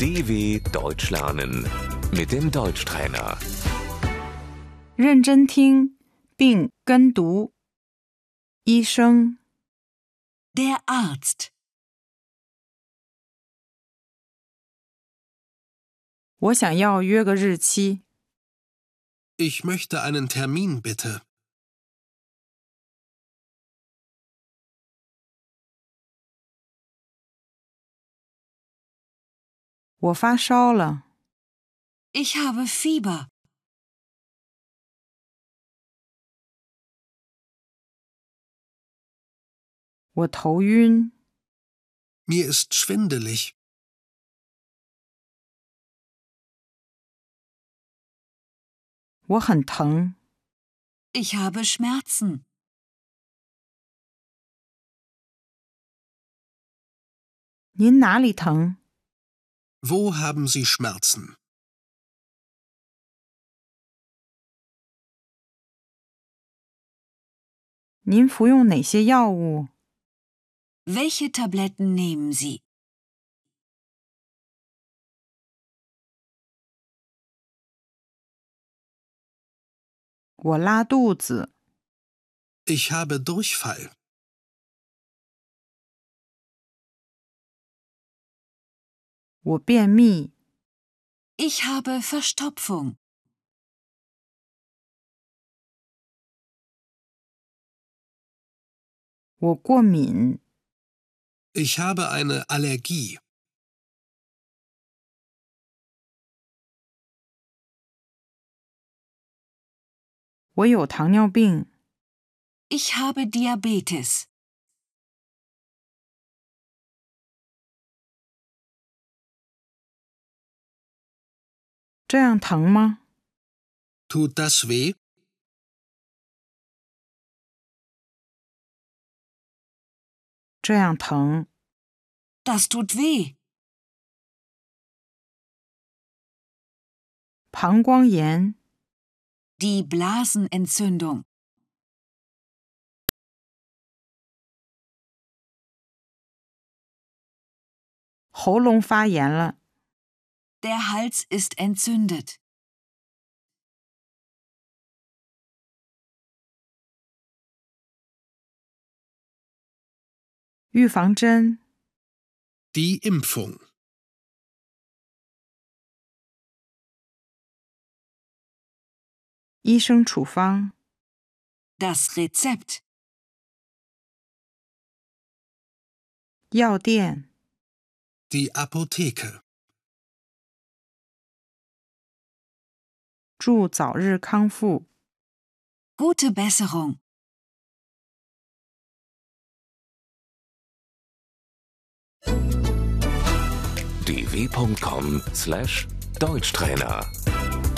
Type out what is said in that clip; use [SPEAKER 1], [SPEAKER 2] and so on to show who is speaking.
[SPEAKER 1] DW Deutsch lernen mit dem Deutschtrainer.
[SPEAKER 2] 认真听并跟读。医生，
[SPEAKER 3] Der Arzt.
[SPEAKER 2] 我想要约个日期。
[SPEAKER 4] Ich möchte einen Termin bitte.
[SPEAKER 2] 我发烧了，
[SPEAKER 3] Ich habe Fieber.
[SPEAKER 2] 我头晕，
[SPEAKER 4] Mir ist schwindelig.
[SPEAKER 2] 我很疼，
[SPEAKER 3] Ich habe Schmerzen.
[SPEAKER 2] 您哪里疼？
[SPEAKER 4] Wo haben Sie Schmerzen?
[SPEAKER 2] 您服用哪些药物？
[SPEAKER 3] Welche Tabletten nehmen Sie?
[SPEAKER 2] 我拉肚子，
[SPEAKER 4] Ich habe Durchfall.
[SPEAKER 2] 我便秘，
[SPEAKER 3] Ich habe Verstopfung.
[SPEAKER 2] 我过敏，
[SPEAKER 4] Ich habe eine Allergie.
[SPEAKER 2] 我有糖尿病，
[SPEAKER 3] Ich habe Diabetes.
[SPEAKER 2] 这样疼吗？
[SPEAKER 4] Tut das weh?
[SPEAKER 2] 这样疼，
[SPEAKER 3] Das tut weh.
[SPEAKER 2] 膀胱炎，
[SPEAKER 3] Die Blasenentzündung.
[SPEAKER 2] 喉咙发炎了，
[SPEAKER 3] Der Hals ist entzündet.
[SPEAKER 2] 预防针，
[SPEAKER 4] Die Impfung.
[SPEAKER 2] 医生处方。
[SPEAKER 3] Das Rezept.
[SPEAKER 2] 药店、
[SPEAKER 4] Die Apotheke.
[SPEAKER 2] 祝早日康复。
[SPEAKER 3] Gute Besserung.
[SPEAKER 1] dw.com/deutschtrainer